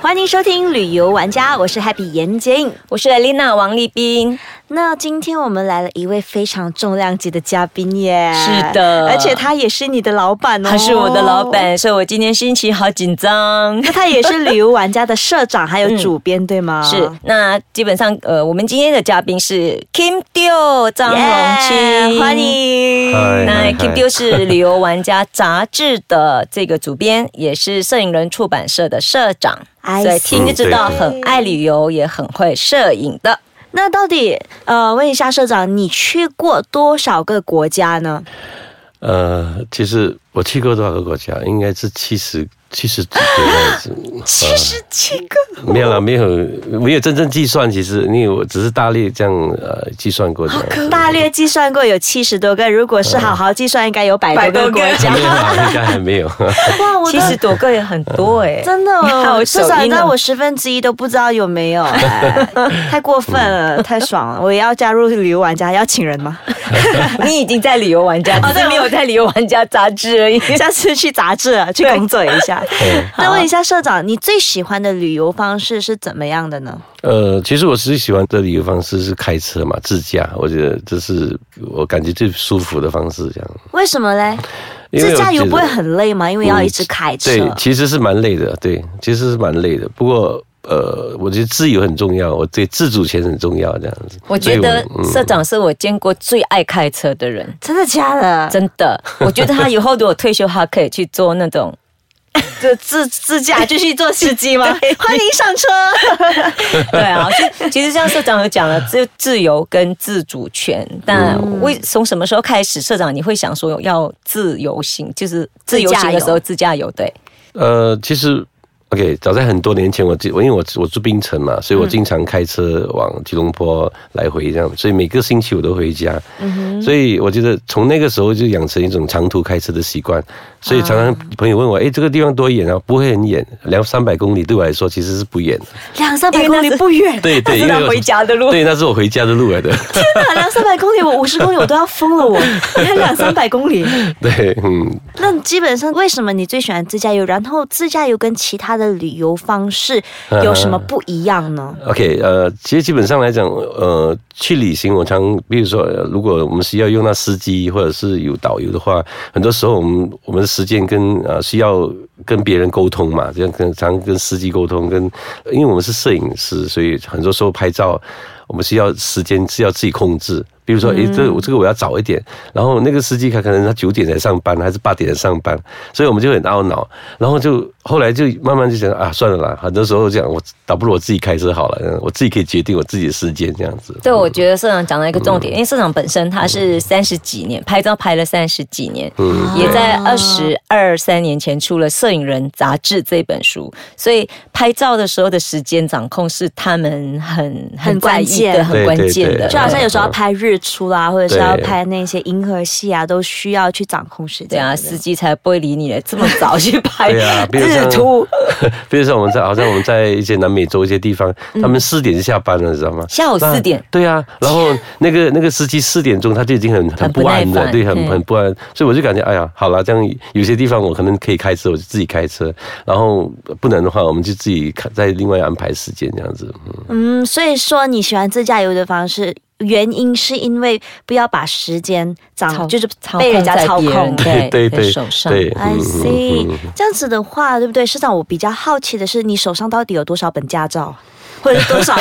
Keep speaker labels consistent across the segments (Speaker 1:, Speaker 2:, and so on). Speaker 1: 欢迎收听旅游玩家，我是 Happy 严谨。
Speaker 2: 我是 Elena 王立斌，
Speaker 1: 那今天我们来了一位非常重量级的嘉宾耶，
Speaker 2: 是的
Speaker 1: 而且他也是你的老板哦，
Speaker 2: 他是我的老。板，所以我今天心情好紧张。
Speaker 1: 那他也是旅游玩家的社长，还有主编，对吗？
Speaker 2: 嗯是，那基本上，呃，我们今天的嘉宾是 Kim Dio 张
Speaker 1: 耶
Speaker 2: 荣清，
Speaker 1: 欢。迎。
Speaker 3: 嗨
Speaker 2: 那
Speaker 3: 嗨
Speaker 2: Kim
Speaker 3: 嗨
Speaker 2: Dio 是旅游玩家杂志的这个主编，也是摄影人出版社的社长，
Speaker 1: I
Speaker 2: 所以听就知道
Speaker 3: see
Speaker 2: 很爱旅游，也很会摄影的。
Speaker 1: 那到底呃，问一下社长，你去过多少个国家 呢？
Speaker 3: 呃，其实我去过多少个国家？应该是七十七十几个样子。七十
Speaker 1: 七个。
Speaker 3: 没有啦，没有，没有真正计算。其实，因为我只是大略这样呃计算过这样子。
Speaker 1: 大略计算过有七十多个，如果是好好计算，应该有百多个国家。
Speaker 3: 没有啦，应该还没有。
Speaker 1: 哇， 我
Speaker 2: 其实
Speaker 1: 的
Speaker 2: 多个也很多哎、
Speaker 1: 真的
Speaker 2: 你好
Speaker 1: 哦，
Speaker 2: 手
Speaker 1: 至少
Speaker 2: 淫哦
Speaker 1: 你知道我十分之一都不知道有没有，哎 太过分了，太爽 了！我也要加入旅游玩家，要请人 吗？
Speaker 2: 你已经在旅游玩 家，
Speaker 1: 哦
Speaker 2: 只是没有在旅游玩家杂志而已。
Speaker 1: 下次去杂志啊，去工作一 下。那问一下社长，你最喜欢的旅游方式是怎么样的呢？
Speaker 3: 呃，其实我最喜欢的旅游方式是开车嘛，自驾。我觉得这是我感觉最舒服的方式，这样。
Speaker 1: 为什么嘞？
Speaker 3: 因为
Speaker 1: 自
Speaker 3: 我
Speaker 1: 驾游
Speaker 3: 觉得
Speaker 1: 不会很累吗？因为要一直开车。
Speaker 3: 对，其实是蛮累的，对，其实是蛮累的。不过，呃，我觉得自由很重要，我对自主权很重要，这样子。
Speaker 2: 我觉得
Speaker 3: 所以我嗯
Speaker 2: 社长是我见过最爱开车的人，
Speaker 1: 真的假的？
Speaker 2: 真的。我觉得他以后如果退休，他可以去做那种，
Speaker 1: 这自自驾就去做司机吗？ 欢迎上车。
Speaker 2: 对啊。就其实像社长有讲了，自自由跟自主权。但
Speaker 3: 嗯
Speaker 2: 为从什么时候开始，社长你会想说要自由行，就是自由行的时候自驾游，对，
Speaker 3: 呃，其实 OK，早在很多年前，我记我因为我我住槟城嘛，
Speaker 2: 嗯
Speaker 3: 所以我经常开车往吉隆坡来回这样，所以每个星期我都回家。
Speaker 2: 嗯
Speaker 3: 所以我觉得从那个时候就养成一种长途开车的习惯，所以常常朋友问我，诶，这个地方多远啊？不会很远，两三百公里对我来说其实是不 远的。
Speaker 1: 两三百公里不远，
Speaker 3: 对
Speaker 2: 那
Speaker 3: 对，
Speaker 2: 是
Speaker 3: 因为
Speaker 2: 他
Speaker 3: 我
Speaker 2: 回家的路
Speaker 3: 对，那是我回家的路来的。
Speaker 1: 天哪， 两三百公里，我五十公里我都要疯了我，你看两三百公里。
Speaker 3: 对，嗯，
Speaker 1: 那基本上，为什么你最喜欢自驾游？然后自驾游跟其他的旅游方式有什么不一样呢？
Speaker 3: OK，呃，其实基本上来讲，呃，去旅行，我常比如说，呃如果我们需要用到司机或者是有导游的话，很多时候我们我们的时间跟呃需要跟别人沟通嘛，这样跟常跟司机沟通，跟因为我们是摄影师，所以很多时候拍照我们需要时间是要自己控制。比如说，诶，这我这个我要早一点，然后那个司机他可能他九点才上班，还是八点才上班，所以我们就很懊恼，然后就后来就慢慢就想啊，算了啦，很多时候这样，我倒不如我自己开车好了，我自己可以决定我自己的时间这样子。
Speaker 2: 对，我觉得社长讲到一个
Speaker 3: 嗯
Speaker 2: 重点，因为社长本身他是三十几年拍照拍了三十几年，
Speaker 3: 嗯
Speaker 2: 也在
Speaker 1: 啊
Speaker 2: 二十二三年前出了《摄影人》杂志这本书，所以拍照的时候的时间掌控是他们很在
Speaker 1: 很关
Speaker 2: 意
Speaker 1: 键
Speaker 2: 的，很
Speaker 3: 对
Speaker 2: 关
Speaker 3: 对
Speaker 2: 键
Speaker 3: 对
Speaker 2: 的。
Speaker 1: 就好像有时候要拍日出啦，或者是
Speaker 3: 对
Speaker 1: 要拍那些银河系啊，都需要去掌控时
Speaker 2: 对
Speaker 1: 间。
Speaker 2: 啊，
Speaker 1: 不
Speaker 2: 司机才不会理你了，这么早去拍
Speaker 3: 对啊，比如
Speaker 2: 日
Speaker 3: 像
Speaker 2: 出。，
Speaker 3: 比如说我们在好像我们在一些南美洲一些地方，他们四点就下班了，你知道吗？
Speaker 2: 下午
Speaker 3: 那
Speaker 2: 四点，
Speaker 3: 对啊，然后那个那个司机四点钟他就已经很很不安
Speaker 2: 很不耐
Speaker 3: 了，
Speaker 2: 烦
Speaker 3: 对，很
Speaker 2: 嗯
Speaker 3: 很不安，所以我就感觉哎呀，好了，这样有些地方我可能可以开车，我就自己开车，然后不能的话，我们就自己看再另外安排时间这样子。
Speaker 1: 嗯，所以说你喜欢自驾游的方式，原因是因为不要把时间掌，
Speaker 2: 操
Speaker 1: 就是
Speaker 2: 操
Speaker 1: 被人家
Speaker 2: 控在
Speaker 1: 操
Speaker 2: 别人
Speaker 1: 控。
Speaker 2: 对
Speaker 3: 对
Speaker 2: 在
Speaker 3: 对
Speaker 2: 手上
Speaker 3: 对，
Speaker 1: I
Speaker 3: 嗯
Speaker 1: see，、这样子的话，对不对？市长，我比较好奇的是，你手上到底有多少本驾照，或者是多少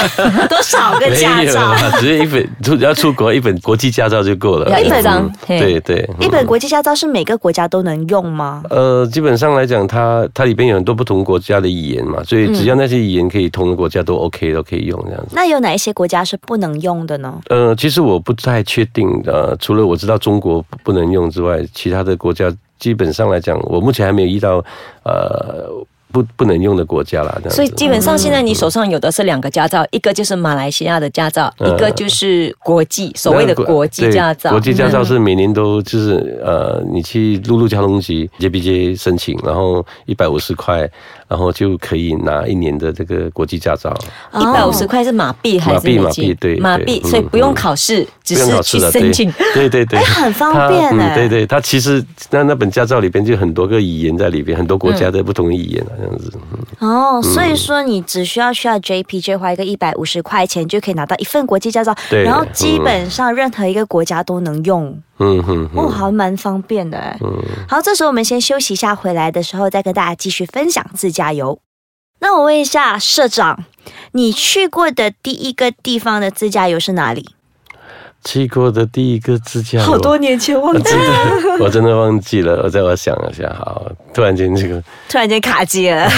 Speaker 1: 多少个
Speaker 3: 没
Speaker 1: 驾
Speaker 3: 有
Speaker 1: 照？
Speaker 3: 啦，只是一本出要出国一本国际驾照就够了，
Speaker 2: 要一
Speaker 3: 嗯
Speaker 2: 张嘿
Speaker 3: 对对，
Speaker 1: 一本国际驾照是每个国家都能用吗？
Speaker 3: 呃，基本上来讲，它它里边有很多不同国家的语言嘛，所以只要那些语言可以通的国家都 OK，都可以用这样子。
Speaker 1: 那有哪一些国家是不能用的呢？
Speaker 3: 呃，其实我不太确定，呃，除了我知道中国不能用之外，其他的国家基本上来讲，我目前还没有遇到呃不不能用的国家啦。这样子
Speaker 2: 所以基本上现在你手上有的是两个驾照，一个就是马来西亚的驾照，
Speaker 3: 嗯
Speaker 2: 一个就是国际所谓的国际
Speaker 3: 对
Speaker 2: 驾照。嗯
Speaker 3: 国际驾照是每年都就是呃，你去陆路交通局 JBJ 申请，然后一百五十块，然后就可以拿一年的这个国际驾照。
Speaker 2: 一百五十块是马币还是
Speaker 3: 马币
Speaker 2: 美金
Speaker 3: 马币对
Speaker 2: 马
Speaker 3: 对
Speaker 2: 币，
Speaker 3: 嗯
Speaker 2: 所以不用
Speaker 3: 嗯
Speaker 2: 考试，只
Speaker 3: 不用
Speaker 2: 是
Speaker 3: 考试
Speaker 2: 去
Speaker 3: 的，
Speaker 2: 申 请。
Speaker 3: 对对对对，
Speaker 1: 哎很方
Speaker 3: 它
Speaker 1: 便哎
Speaker 3: 嗯，对对，它其实那那本驾照里边就很多个语言在里边，很多国家的不同的语言啊，这样子。嗯
Speaker 1: 哦，所以说你只需要去到 JPJ 花一个一百五十块钱就可以拿到一份国际驾照，
Speaker 3: 对
Speaker 1: 然后基本上任何一个国家都能用，
Speaker 3: 嗯哼
Speaker 1: 哦，
Speaker 3: 哼，
Speaker 1: 还蛮方便的哎。好，这时候我们先休息一下，回来的时候再跟大家继续分享自驾游。那我问一下社长，你去过的第一个地方的自驾游是哪里？
Speaker 3: 去过的第一个自驾游，
Speaker 1: 年前忘
Speaker 3: 我啊真的我真的忘记了，我再我想一下，好，突然间这个，
Speaker 1: 突然间卡机了。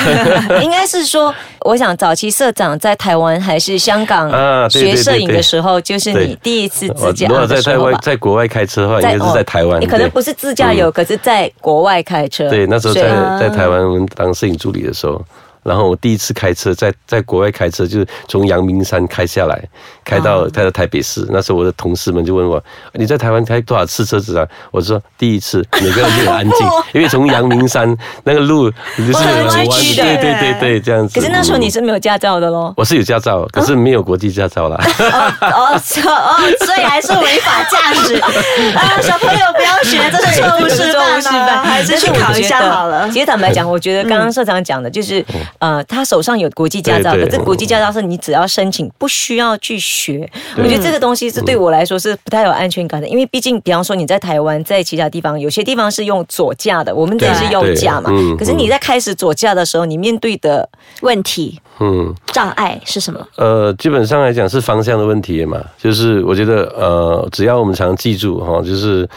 Speaker 2: 应该是说，我想早期社长在台湾还是香港
Speaker 3: 啊对对
Speaker 2: 学
Speaker 3: 对
Speaker 2: 摄影
Speaker 3: 对
Speaker 2: 的时候，就是你
Speaker 3: 对
Speaker 2: 第一次
Speaker 3: 我
Speaker 2: 自驾
Speaker 3: 如果在
Speaker 2: 的时
Speaker 3: 台
Speaker 2: 候
Speaker 3: 湾
Speaker 2: 吧。
Speaker 3: 在国外开车的话，应该是
Speaker 2: 哦
Speaker 3: 在台湾，
Speaker 2: 你可能
Speaker 3: 对嗯
Speaker 2: 不是自驾游，可是在国外开车。
Speaker 3: 对，那时候
Speaker 2: 所以啊
Speaker 3: 在在台湾我们当摄影助理的时候，然后我第一次开车在在国外开车，就是从阳明山开下来，开到
Speaker 2: 啊
Speaker 3: 开到台北市。那时候我的同事们就问我：“你在台湾开多少次车子啊？”我说：“第一次。”每个人就很安静，因为从阳明山那个路就是
Speaker 2: 很
Speaker 3: 弯
Speaker 2: 弯曲的
Speaker 3: 对对对对，这样子。
Speaker 2: 可是那时候你
Speaker 3: 嗯
Speaker 2: 是嗯没有驾照的 喽。
Speaker 3: 我是有驾照，可是没有国际驾照啦。
Speaker 1: 哦，这哦，所以还是违法驾驶啊！小朋友不 要 学，这是错误示
Speaker 2: 中
Speaker 1: 范
Speaker 2: 午
Speaker 1: 哦，
Speaker 2: 示范，
Speaker 1: 还是去考一下好了
Speaker 3: 嗯
Speaker 2: 其。实坦白讲，我觉得刚刚社长讲的就是，呃，他手上有国际驾照，
Speaker 3: 对对
Speaker 2: 可是国际驾照是你只要申请，不需要去学。我
Speaker 3: 对
Speaker 2: 觉得这个东西是对我来说是不太有安全感的，因为毕竟，比方说你在台湾，在其他地方，有些地方是用左驾的，我们这里
Speaker 1: 对
Speaker 2: 是右驾嘛
Speaker 3: 对嗯。
Speaker 2: 可是你在开始左驾的时候，你面对的
Speaker 1: 问题
Speaker 3: 嗯。
Speaker 1: 障碍是什么？
Speaker 3: 呃，基本上来讲是方向的问题嘛，就是我觉得呃，只要我们常记住哈、就是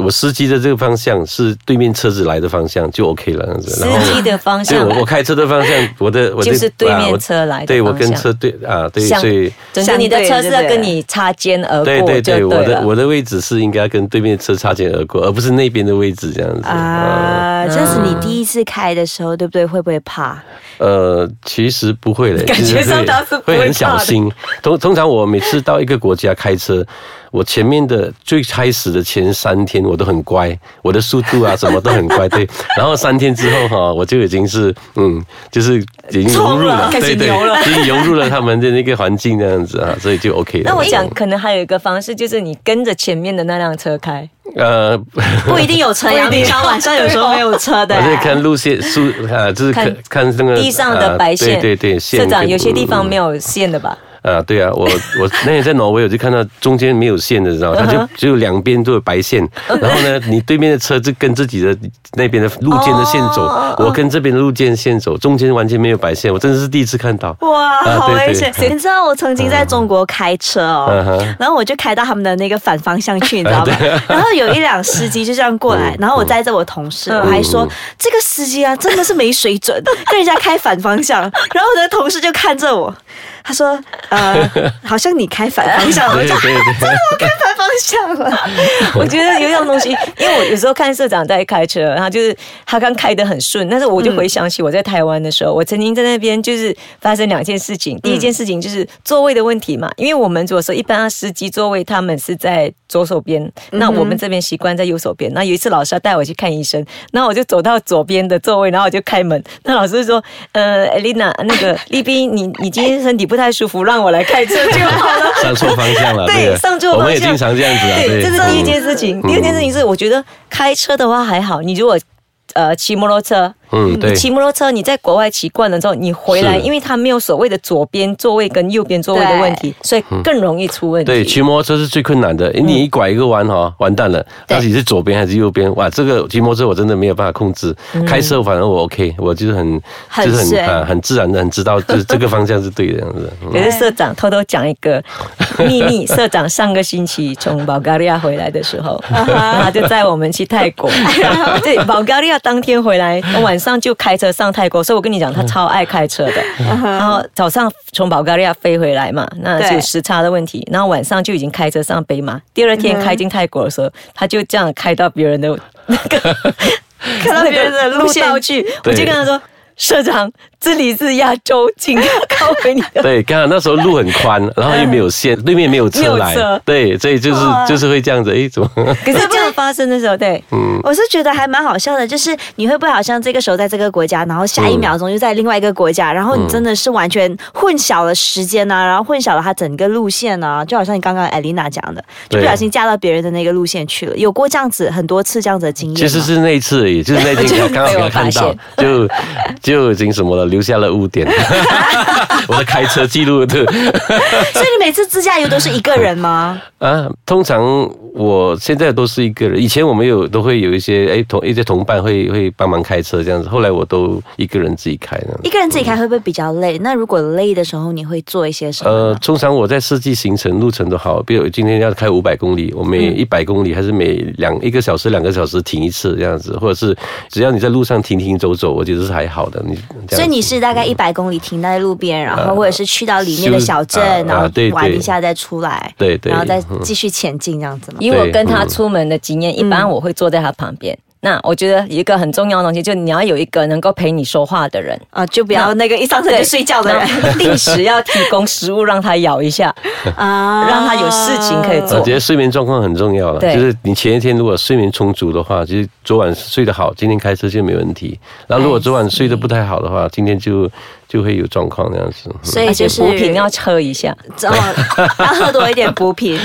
Speaker 3: 我司机的这个方向是对面车子来的方向就 OK 了，这样子。
Speaker 2: 司
Speaker 3: 然后
Speaker 2: 机的方
Speaker 3: 对
Speaker 2: 向
Speaker 3: 我我开车的方向，我的我的
Speaker 2: 就是对面
Speaker 3: 啊我
Speaker 2: 车来的
Speaker 3: 对我
Speaker 2: 方向
Speaker 3: 跟车对啊，对，
Speaker 2: 相
Speaker 3: 所以。
Speaker 2: 总之，你的车是要跟你擦肩而过
Speaker 3: 对
Speaker 2: 就对
Speaker 3: 对对，我的
Speaker 2: 了。
Speaker 3: 我的位置是应该跟对面车擦肩而过，而不是那边的位置这样子。啊，
Speaker 1: 啊，这是你第一次开的时候，对不对？会不会怕？
Speaker 3: 呃，其实不会 嘞，
Speaker 2: 感觉
Speaker 3: 其实
Speaker 2: 上他是不会
Speaker 3: 会很
Speaker 2: 怕
Speaker 3: 小
Speaker 2: 的
Speaker 3: 心。通通常我每次到一个国家开车，我前面的最开始的前三天我都很乖，我的速度啊什么都 很乖，对。然后三天之后哈、我就已经是嗯，就是已经融入了，
Speaker 2: 开始
Speaker 3: 对对
Speaker 2: 牛了，
Speaker 3: 已经融入了他们的那个环境这样子啊，所以就 OK 了。
Speaker 2: 那我讲，可能还有一个方式，就是你跟着前面的那辆车开。
Speaker 3: 呃。
Speaker 1: 不一定有车，阳明山晚上有时候没有车的
Speaker 3: 我。是看路线速啊，就是看看那个
Speaker 2: 啊地上的白线，
Speaker 3: 啊对对对，线
Speaker 2: 社长
Speaker 3: 跟
Speaker 2: 有些地
Speaker 3: 嗯
Speaker 2: 方
Speaker 3: 嗯
Speaker 2: 没有线的吧？
Speaker 3: 啊，对啊，我我那天在挪威，我就看到中间没有线的，知道吗？它就
Speaker 2: 嗯
Speaker 3: 只有两边都有白线，然后呢，你对面的车就跟自己的那边的路肩的线走，
Speaker 2: 哦
Speaker 3: 我跟这边的路肩线走，中间完全没有白线，我真的是第一次看到。
Speaker 1: 哇，
Speaker 3: 啊
Speaker 1: 好
Speaker 3: 对对
Speaker 1: 危险！
Speaker 3: 对
Speaker 1: 你知道我曾经在中国开车
Speaker 3: 嗯
Speaker 1: 哦
Speaker 3: 哼，
Speaker 1: 然后我就开到他们的那个反方向去，你 知道吗？然后有一辆司机就这样过
Speaker 3: 嗯
Speaker 1: 来，然后我载着我同事，我还说这个司机啊真的是没水准，跟人家开反方向。然后我的同事就看着我，他说呃，好像你开反方向，我
Speaker 3: 对
Speaker 1: 就
Speaker 3: 对对，
Speaker 1: 开反方向了。
Speaker 2: 我觉得有一样东西，因为我有时候看社长在开车，然后就是他刚开得很顺，但是我就回想起我在台湾的时候，我曾经在那边就是发生两件事情。第一件事情就是座位的问题嘛，因为我们如果说一般的司机座位他们是在左手边，那我们这边习惯在右手边。那有一次老师要带我去看医生，然后我就走到左边的座位，然后我就开门，那老师就说：“呃，Elena，那个丽斌，你你今天身体不太舒服，让我来开车就好了。”
Speaker 3: 上错方向了，
Speaker 2: 对
Speaker 3: 对，
Speaker 2: 上错
Speaker 3: 我们也
Speaker 2: 方向
Speaker 3: 经常这样子啊，嗯
Speaker 2: 对，这是第一件事情。第二件事情是，我觉得开车的话还好，你如果呃骑摩托车。
Speaker 3: 嗯，嗯对
Speaker 2: 你，骑摩托车，你在国外骑惯了之后，你回来，
Speaker 3: 是
Speaker 2: 因为它没有所谓的左边座位跟右边座位的问题，所以更容易出问题。
Speaker 3: 对，骑摩托车是最困难的，
Speaker 2: 嗯
Speaker 3: 你一拐一个弯哈，完蛋了，到底是左边还是右边？哇，这个骑摩托车我真的没有办法控制，
Speaker 2: 嗯
Speaker 3: 开车反正我 OK，我就是很
Speaker 1: 很
Speaker 3: 就是很
Speaker 1: 顺
Speaker 3: 啊很自然的，很知道 就是这个方向是对的这样子。嗯
Speaker 2: 可
Speaker 1: 哎
Speaker 2: 是社长偷偷讲一 个秘密，社长上个星期从保加利亚回来的时 候，他就载我们去泰国。对，保加利亚当天回来，晚上就开车上泰国，所以我跟你讲，他超爱开车的。
Speaker 1: 嗯
Speaker 2: 然后早上从保加利亚飞回来嘛，那
Speaker 1: 对
Speaker 2: 是有时差的问题，然后晚上就已经开车上北马。第二天开进泰国的时候，他就这样开到别人 的那个
Speaker 1: 看到别人的路线
Speaker 2: 那个道去，我就跟他说。社长，这里是亚洲，请靠回你的。
Speaker 3: 对，刚好那时候路很宽，然后又没 有线，对面没有车
Speaker 2: 没
Speaker 3: 来
Speaker 2: 有车，
Speaker 3: 对，所以就是就是会这样子，诶，怎么？
Speaker 2: 可是这样发生的时候， 对，
Speaker 1: 我是觉得还蛮好笑的，就是你会不会好像这个时候在这个国家，然后下一秒钟又在另外一个国家，然后你真的是完全混淆了时间呐、然后混淆了它整个路线呐、就好像你刚刚艾琳娜讲的，就
Speaker 3: 对
Speaker 1: 不小心嫁到别人的那个路线去了。有过这样子很多次这样子的经验吗，
Speaker 3: 其实是那一次而已，就是那
Speaker 2: 就
Speaker 3: 天刚好
Speaker 2: 被
Speaker 3: 给
Speaker 2: 我
Speaker 3: 他
Speaker 2: 发
Speaker 3: 看
Speaker 2: 现
Speaker 3: 到，就就已经什么了，留下了 污点。 我的开车记录的
Speaker 1: 所以你每次自驾游都是一个人吗？
Speaker 3: 啊，通常我现在都是一个人，以前我们有都会有一些哎同一些同伴会会帮忙开车这样子，后来我都一个人自己开了。
Speaker 1: 一个人自己啊开会不会比较累？那如果累的时候，你会做一些什么呢？
Speaker 3: 呃，通常我在设计行程路程都好，比如今天要开五百公里，我每一百公里还是每两一个小时、两个小时停一次这样子，或者是只要你在路上停停走走，我觉得是还好的。你这样子呃
Speaker 1: 所以你是大概一百公里停在路边，然后或者是去到里面的小镇，
Speaker 3: 休
Speaker 1: 然
Speaker 3: 啊
Speaker 1: 后
Speaker 3: 啊对对
Speaker 1: 玩一下再出来，
Speaker 3: 对对
Speaker 1: 然后再继续前进这样子吗？
Speaker 2: 以我跟他出门的
Speaker 1: 嗯
Speaker 2: 经验，一般我会坐在他旁边。那我觉得一个很重要的东西，就你要有一个能够陪你说话的人。
Speaker 1: 啊，就不要那个一上车就睡觉的人
Speaker 2: 然后定时要提供食物让他咬一下，
Speaker 1: 啊
Speaker 2: 让他有事情可以做
Speaker 3: 我觉得啊睡眠状况很重要了，
Speaker 2: 哦对
Speaker 3: 就是你前一天如果睡眠充足的话，就是昨晚睡得好，今天开车就没问题。然后如果昨晚睡得不太好的话，今天就就会有状况这样子。
Speaker 1: 所以
Speaker 2: 嗯而且
Speaker 1: 就是
Speaker 2: 补品要喝一下。
Speaker 1: 哦，要喝多一点补 品。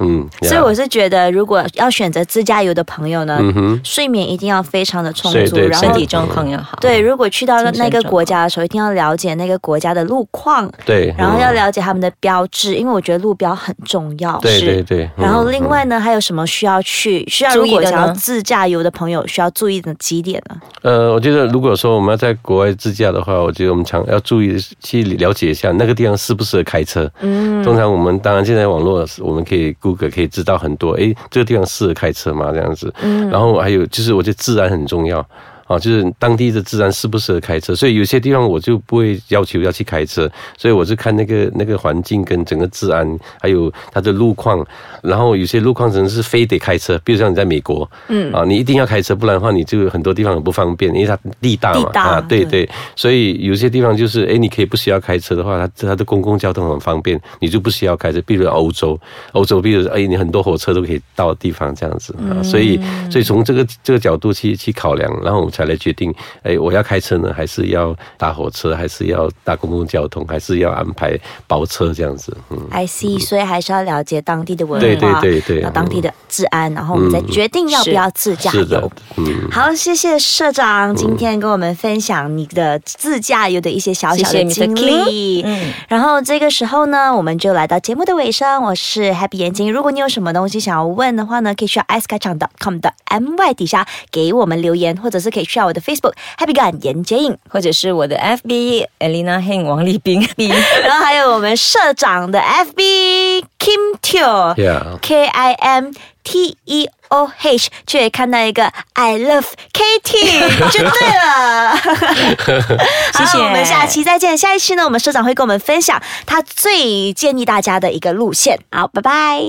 Speaker 3: 嗯，
Speaker 1: 所以我是觉得，如果要选择自驾游的朋友呢，睡眠一定要非常的充
Speaker 3: 对
Speaker 1: 足，
Speaker 3: 嗯对
Speaker 1: 然
Speaker 2: 身
Speaker 1: 后
Speaker 2: 体状况要好。
Speaker 1: 对，如果去到
Speaker 2: 精神
Speaker 1: 那个
Speaker 2: 状
Speaker 1: 国家的时候，一定要了解那个国家的路况，
Speaker 3: 对，
Speaker 1: 然后
Speaker 3: 嗯
Speaker 1: 要了解他们的标志，因为我觉得路标很重要。
Speaker 3: 对
Speaker 1: 是
Speaker 3: 对对，嗯
Speaker 1: 然后另外呢，还有什么需要去需要
Speaker 2: 注
Speaker 1: 如
Speaker 2: 意的
Speaker 1: 果想要
Speaker 2: 呢
Speaker 1: 自驾游的朋友需要注意的几点呢？
Speaker 3: 呃，我觉得如果说我们要在国外自驾的话，我觉得我们常要注意去了解一下那个地方适不适合开车。嗯，通常我们当然现在网络我们可以 Google 可以知道很多，诶，这个地方适合开车吗？这样子。嗯，然后还有就是我觉得治安很重要。啊，就是当地的治安适不适合开车，所以有些地方我就不会要求要去开车，所以我就看那个那个环境跟整个治安，还有它的路况，然后有些路况真的是非得开车，比如像你在美国，嗯，啊，你一定要开车，不然的话你就有很多地方很不方便，因为它地大嘛，
Speaker 1: 地大
Speaker 3: 啊，对
Speaker 1: 对
Speaker 3: 对所以有些地方就是，哎，你可以不需要开车的话，它它的公共交通很方便，你就不需要开车。比如欧洲，欧洲，比如哎，你很多火车都可以到的地方这样子
Speaker 1: 嗯
Speaker 3: 啊。所以，所以从这个这个角度去去考量，然后我们才来决定，哎，我要开车呢，还是要搭火车，还是要搭公共交通，还是要安排包车这样子？嗯，
Speaker 1: I C，所以还是要了解当地的文化，
Speaker 3: 对对对对
Speaker 1: 然
Speaker 3: 嗯
Speaker 1: 后啊当地的治安，然后我们再决定要不要自驾
Speaker 3: 是
Speaker 1: 游
Speaker 3: 的。，嗯，
Speaker 1: 好，谢谢社长今天跟我们分享你的自驾游的一些小小的
Speaker 2: 谢谢
Speaker 1: 经
Speaker 2: Mr.
Speaker 1: 历。
Speaker 2: 嗯
Speaker 1: 然后这个时候呢，我们就来到节目的尾声。我是 Happy 眼睛，如果你有什么东西想要问的话呢，可以去到 i c e k a c h a n g com 的 my 底下给我们留言，或者是可以去到我的 Facebook Happy 感眼睛。
Speaker 2: 或者是我的 FB Elena Heng 王立斌 B，
Speaker 1: 然后还有我们社长的 FB Kim Teo。
Speaker 3: ，Yeah。
Speaker 1: K I M T E O H，却也看到一个 I love Katie，就对了。
Speaker 2: 谢谢
Speaker 1: 好我们下期再见。下一期呢，我们社长会跟我们分享他最建议大家的一个路线。好，拜拜。